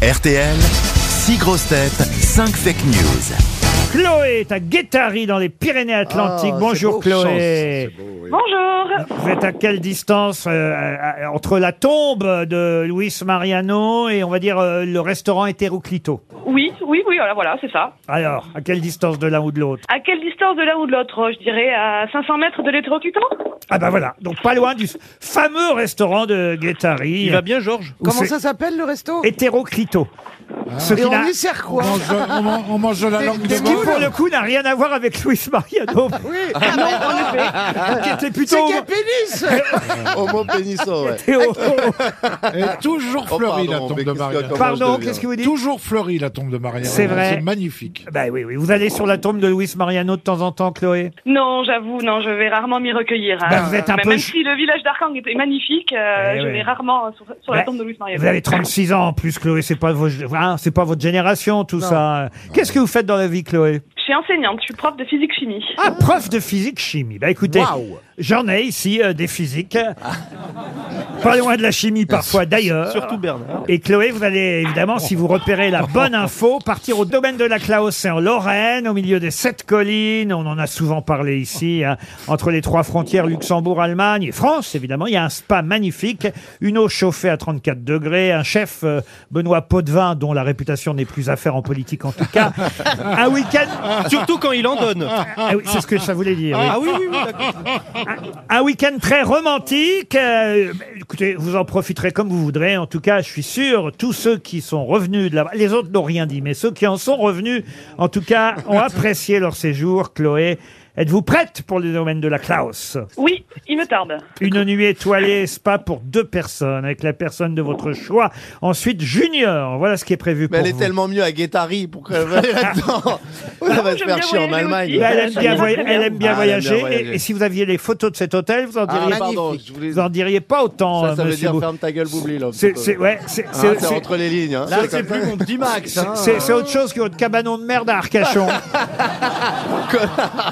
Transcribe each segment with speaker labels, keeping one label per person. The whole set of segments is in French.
Speaker 1: RTL, 6 grosses têtes, 5 fake news.
Speaker 2: Chloé est à Guétari dans les Pyrénées-Atlantiques.
Speaker 3: Ah,
Speaker 2: Bonjour
Speaker 3: c'est beau,
Speaker 2: Chloé.
Speaker 4: Bonjour.
Speaker 2: Vous êtes à quelle distance euh, à- à- entre la tombe de Luis Mariano et on va dire euh, le restaurant Hétéroclito
Speaker 4: Oui, oui, oui, voilà, voilà, c'est ça.
Speaker 2: Alors, à quelle distance de l'un ou de l'autre
Speaker 4: À quelle distance de l'un ou de l'autre Je dirais à 500 mètres de l'hétérocliton
Speaker 2: Ah bah voilà, donc pas loin du fameux restaurant de Guétari.
Speaker 5: Il va bien, Georges
Speaker 2: où
Speaker 3: Comment
Speaker 2: c'est
Speaker 3: ça Ah. s'appelle le resto
Speaker 2: Hétéroclito. Ce
Speaker 3: Et
Speaker 2: qui
Speaker 3: on
Speaker 2: n'a-
Speaker 3: y sert quoi
Speaker 6: la
Speaker 3: Des-
Speaker 6: langue
Speaker 3: des
Speaker 6: de
Speaker 2: ce qui,
Speaker 3: moule.
Speaker 2: pour le coup, n'a rien à voir avec Luis Mariano,
Speaker 3: Oui,
Speaker 2: Ah, qui était
Speaker 3: Ah. c'est
Speaker 2: plutôt...
Speaker 3: quel pénis
Speaker 6: Homo pénisso, ouais.
Speaker 3: Ah,
Speaker 7: Et toujours
Speaker 6: Oh,
Speaker 7: fleurie
Speaker 6: pardon,
Speaker 7: la tombe
Speaker 6: mais
Speaker 7: de
Speaker 6: qu'est-ce que-
Speaker 7: Marianne.
Speaker 6: comment
Speaker 2: Pardon,
Speaker 6: je deviens
Speaker 2: qu'est-ce que vous dites
Speaker 7: Toujours fleurie la tombe de Marianne.
Speaker 2: C'est vrai.
Speaker 7: C'est magnifique.
Speaker 2: Bah oui, oui. Vous allez sur la tombe de Luis Mariano de temps en temps, Chloé
Speaker 4: Non, j'avoue, non, je vais rarement m'y recueillir. hein.
Speaker 2: Bah, vous êtes un
Speaker 4: Mais
Speaker 2: peu
Speaker 4: Même
Speaker 2: ch-
Speaker 4: si le village d'Arcang était magnifique, euh,
Speaker 2: Eh
Speaker 4: je
Speaker 2: ouais.
Speaker 4: vais rarement euh, sur, sur
Speaker 2: Bah,
Speaker 4: la tombe de Louis Maria.
Speaker 2: Vous avez 36 ans en plus, Chloé. C'est pas, vos... hein, c'est pas votre génération, tout ça. Qu'est-ce que vous faites dans la vie, Chloé
Speaker 4: Je suis enseignante, je suis prof de physique-chimie.
Speaker 2: Ah, prof de physique-chimie. Bah écoutez, j'en ai ici euh, des physiques. Pas loin de la chimie parfois, d'ailleurs.
Speaker 5: Surtout Bernard.
Speaker 2: Et Chloé, vous allez évidemment, si vous repérez la bonne info, partir au domaine de la Claus, c'est en Lorraine, au milieu des sept collines. On en a souvent parlé ici, hein. entre les trois frontières Luxembourg, Allemagne et France. Évidemment, il y a un spa magnifique, une eau chauffée à 34 degrés, un chef euh, Benoît Potvin, dont la réputation n'est plus à faire en politique en tout cas. un week-end,
Speaker 5: Surtout quand il en donne.
Speaker 2: ah oui, c'est ce que ça voulait dire. oui.
Speaker 5: Ah oui, oui, oui, d'accord.
Speaker 2: Un week-end très romantique. Euh, écoutez, vous en profiterez comme vous voudrez. En tout cas, je suis sûr, tous ceux qui sont revenus de là les autres n'ont rien dit, mais ceux qui en sont revenus, en tout cas, ont apprécié leur séjour. Chloé, êtes-vous prête pour le domaine de la Klaus
Speaker 4: Oui, il me tarde.
Speaker 2: Une nuit étoilée, spa pour deux personnes, avec la personne de votre choix. Ensuite, Junior. Voilà ce qui est prévu
Speaker 6: Mais
Speaker 2: pour
Speaker 6: elle est
Speaker 2: vous.
Speaker 6: tellement mieux à Guettari pour qu'elle va là-dedans. Elle va
Speaker 4: j'aime
Speaker 6: se faire
Speaker 4: bien
Speaker 6: chier en
Speaker 4: voyager
Speaker 6: Allemagne.
Speaker 4: aussi.
Speaker 2: Bah, Ah, Elle aime bien, voy- elle aime bien
Speaker 6: Ah, elle aime bien
Speaker 2: voyager. Et-
Speaker 6: voyager.
Speaker 2: Et, si vous aviez les photos de cet hôtel, vous en
Speaker 6: Ah,
Speaker 2: diriez,
Speaker 6: pardon, je voulais...
Speaker 2: vous en diriez pas autant,
Speaker 6: Ça, ça
Speaker 2: euh,
Speaker 6: veut
Speaker 2: monsieur
Speaker 6: dire
Speaker 2: Bou-
Speaker 6: ferme ta gueule, Boubli, là. un petit
Speaker 2: C'est
Speaker 6: peu.
Speaker 2: c'est- ouais, c'est-
Speaker 6: Ah,
Speaker 2: c'est-
Speaker 6: C'est
Speaker 2: c'est-
Speaker 6: entre les lignes. Hein.
Speaker 5: Là, c'est plus mon petit Max. hein.
Speaker 2: c'est- c'est autre chose que votre cabanon de merde à Arcachon.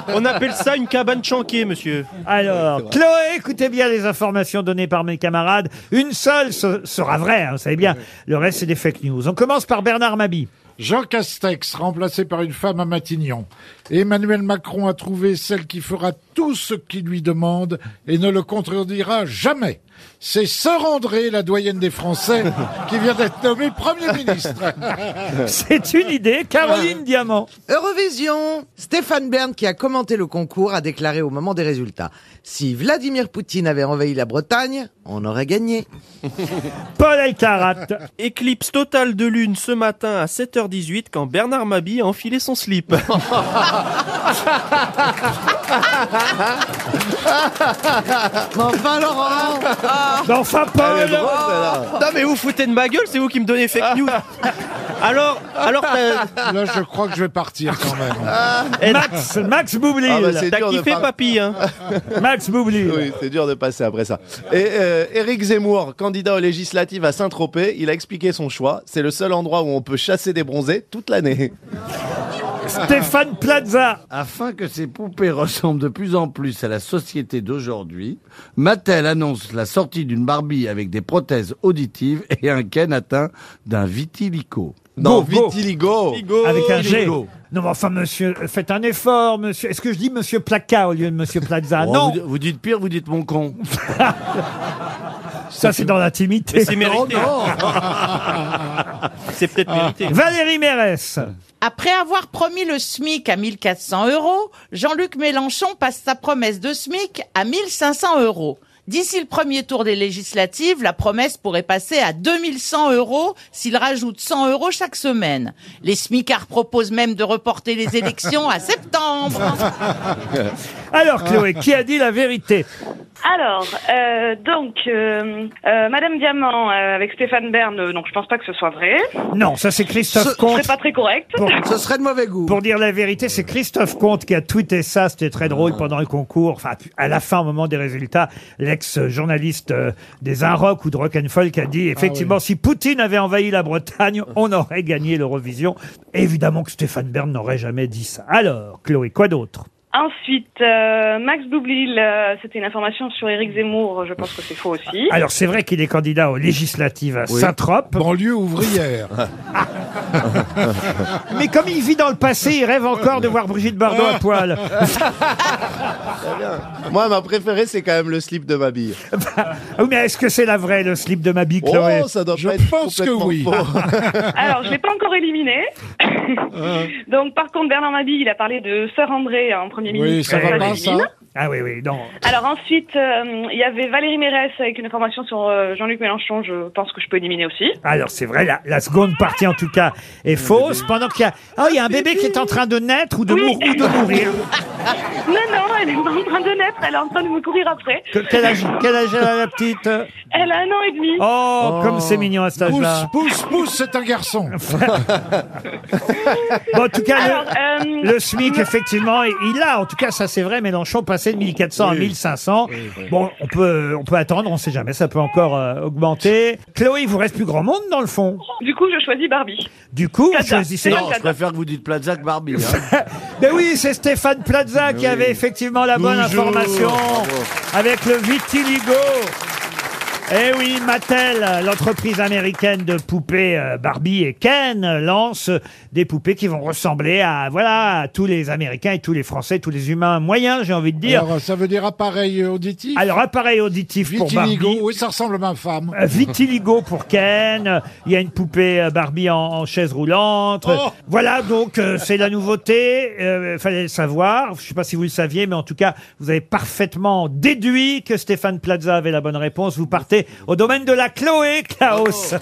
Speaker 5: On appelle ça une cabane chanquée, monsieur.
Speaker 2: Alors, Chloé, écoutez bien les informations données par mes camarades. Une seule se- sera vraie, hein, vous savez bien. Le reste, c'est des fake news. On commence par Bernard Mabi.
Speaker 7: Jean Castex, remplacé par une femme à Matignon. Emmanuel Macron a trouvé celle qui fera tout ce qu'il lui demande et ne le contredira jamais. C'est Sœur André, la doyenne des Français, qui vient d'être nommée Premier ministre.
Speaker 2: C'est une idée. Caroline Diamant.
Speaker 3: Eurovision Stéphane Bern, qui a commenté le concours, a déclaré au moment des résultats Si Vladimir Poutine avait envahi la Bretagne, on aurait gagné.
Speaker 2: Paul Alcarat.
Speaker 5: Éclipse totale de lune ce matin à 7h18 quand Bernard Mabie a enfilé son slip.
Speaker 3: Mais enfin, Laurent
Speaker 2: Enfin, Paul.
Speaker 6: Elle est drôle, celle-là.
Speaker 5: Non mais vous foutez de ma gueule, c'est vous qui me donnez fake news. Alors, alors t'as
Speaker 7: Là, je crois que je vais partir quand même.
Speaker 5: eh,
Speaker 2: Max, Max Boublil.
Speaker 6: Ah, bah, c'est
Speaker 5: t'as
Speaker 6: dur de
Speaker 5: kiffé
Speaker 6: par-
Speaker 5: papy hein.
Speaker 2: Max Boublil.
Speaker 6: Oui, c'est dur de passer après ça. Et euh, Éric Zemmour, candidat aux législatives à Saint-Tropez, il a expliqué son choix. C'est le seul endroit où on peut chasser des bronzés toute l'année.
Speaker 2: Stéphane Plaza.
Speaker 8: Afin que ces poupées ressemblent de plus en plus à la société d'aujourd'hui, Mattel annonce la sortie d'une Barbie avec des prothèses auditives et un Ken atteint d'un vitiligo. Oh,
Speaker 6: Dans
Speaker 2: Go, go.
Speaker 6: Vitiligo.
Speaker 2: Avec un G.
Speaker 8: Vitiligo.
Speaker 2: Non, mais enfin, monsieur, euh, faites un effort, monsieur. Est-ce que je dis monsieur Placa au lieu de monsieur Plaza
Speaker 8: Oh,
Speaker 2: Ah, Non,
Speaker 8: Vous, vous dites pire, vous dites mon con.
Speaker 2: ça c'est dans l'intimité.
Speaker 5: C'est mérité. c'est peut-être mérité.
Speaker 2: Valérie Mérès.
Speaker 9: Après avoir promis le SMIC à 1400 euros, Jean-Luc Mélenchon passe sa promesse de SMIC à 1500 euros. D'ici le premier tour des législatives, la promesse pourrait passer à 2100 euros s'il rajoute 100 euros chaque semaine. Les SMICards proposent même de reporter les élections à septembre.
Speaker 2: Alors, Chloé, qui a dit la vérité
Speaker 4: Alors, euh, donc, euh, euh, Madame Diamant euh, avec Stéphane Bern, euh, donc je pense pas que ce soit vrai.
Speaker 2: Non, ça c'est Christophe
Speaker 3: Ce-
Speaker 4: Ce
Speaker 2: Comte.
Speaker 4: serait pas très correct.
Speaker 2: Pour,
Speaker 3: Ce serait de mauvais goût.
Speaker 2: pour dire la vérité, c'est Christophe Comte qui a tweeté ça. C'était très drôle pendant le concours. Enfin, à la fin, au moment des résultats, l'ex-journaliste euh, des Un Rock ou de Rock'n'Folk a dit effectivement, si Poutine avait envahi la Bretagne, on aurait gagné l'Eurovision. Évidemment que Stéphane Bern n'aurait jamais dit ça. Alors, Chloé, quoi d'autre
Speaker 4: Ensuite, euh, Max Boublil, euh, c'était une information sur Éric Zemmour, je pense que c'est faux aussi.
Speaker 2: Alors c'est vrai qu'il est candidat aux législatives à Saint-Trope.
Speaker 7: Banlieue ouvrière.
Speaker 2: Mais comme il vit dans le passé, il rêve encore de voir Brigitte Bardot à poil.
Speaker 6: Moi, ma préférée, c'est quand même le slip de ma bille.
Speaker 2: Ah oui, mais est-ce que c'est la vraie, le slip de ma bille, Chloé
Speaker 6: Oh, ça doit
Speaker 7: Je
Speaker 6: pas être
Speaker 7: pense que
Speaker 6: complètement
Speaker 7: oui.
Speaker 6: faux.
Speaker 4: Alors, je l'ai pas encore éliminé.
Speaker 7: Ah.
Speaker 4: Donc, par contre, Bernard Mabille, il a parlé de Sœur André en premier
Speaker 7: Oui,
Speaker 4: ministre.
Speaker 7: ça va
Speaker 2: Euh,
Speaker 7: pas,
Speaker 4: j'élimine.
Speaker 7: ça
Speaker 2: Ah oui, oui, non.
Speaker 4: Alors ensuite, euh, il y avait Valérie Mérès avec une information sur euh, Jean-Luc Mélenchon, je pense que je peux éliminer aussi.
Speaker 2: Alors c'est vrai, la, la seconde partie en tout cas est fausse. Pendant qu'il y a, ah, il y a un bébé qui est en train de naître ou de,
Speaker 4: Oui.
Speaker 2: mou- ou de mourir.
Speaker 4: Non, non, elle est pas en train de naître, elle est en train de me courir après.
Speaker 2: Que- Quel âge, quel âge elle a la petite
Speaker 4: Elle a un an et demi.
Speaker 2: Oh, comme c'est mignon à cet
Speaker 7: Pousse,
Speaker 2: âge-là.
Speaker 7: pousse, pousse, c'est un garçon.
Speaker 2: Bon, en tout cas, le-
Speaker 4: Alors, euh,
Speaker 2: Le SMIC, effectivement, il- il l'a. En tout cas, ça c'est vrai. Mélenchon passé de 1400 à 1500. Bon, on peut, on peut attendre. On sait jamais. Ça peut encore euh, augmenter. Chloé, il vous reste plus grand monde dans le fond.
Speaker 4: du coup, je choisis Barbie.
Speaker 2: Du coup,
Speaker 4: Plaza.
Speaker 2: choisissez.
Speaker 4: C'est
Speaker 8: Non, je préfère que vous dites Plaza que Barbie. hein.
Speaker 2: Mais oui, c'est Stéphane Plaza qui avait effectivement la bonne
Speaker 8: Toujours.
Speaker 2: information avec le vitiligo. Eh oui, Mattel, l'entreprise américaine de poupées euh, Barbie et Ken lance des poupées qui vont ressembler à voilà à tous les Américains et tous les Français, tous les humains moyens, j'ai envie de dire.
Speaker 7: Alors, ça veut dire appareil auditif
Speaker 2: Alors, appareil auditif pour
Speaker 7: Vitiligo,
Speaker 2: Barbie.
Speaker 7: oui, ça ressemble à ma femme.
Speaker 2: euh, Vitiligo pour Ken, euh, il y a une poupée euh, Barbie en, en chaise roulante.
Speaker 7: Oh
Speaker 2: Voilà, donc euh, c'est la nouveauté, euh, fallait le savoir, je sais pas si vous le saviez, mais en tout cas, vous avez parfaitement déduit que Stéphane Plaza avait la bonne réponse. Vous partez au domaine de la Chloé, Klaus.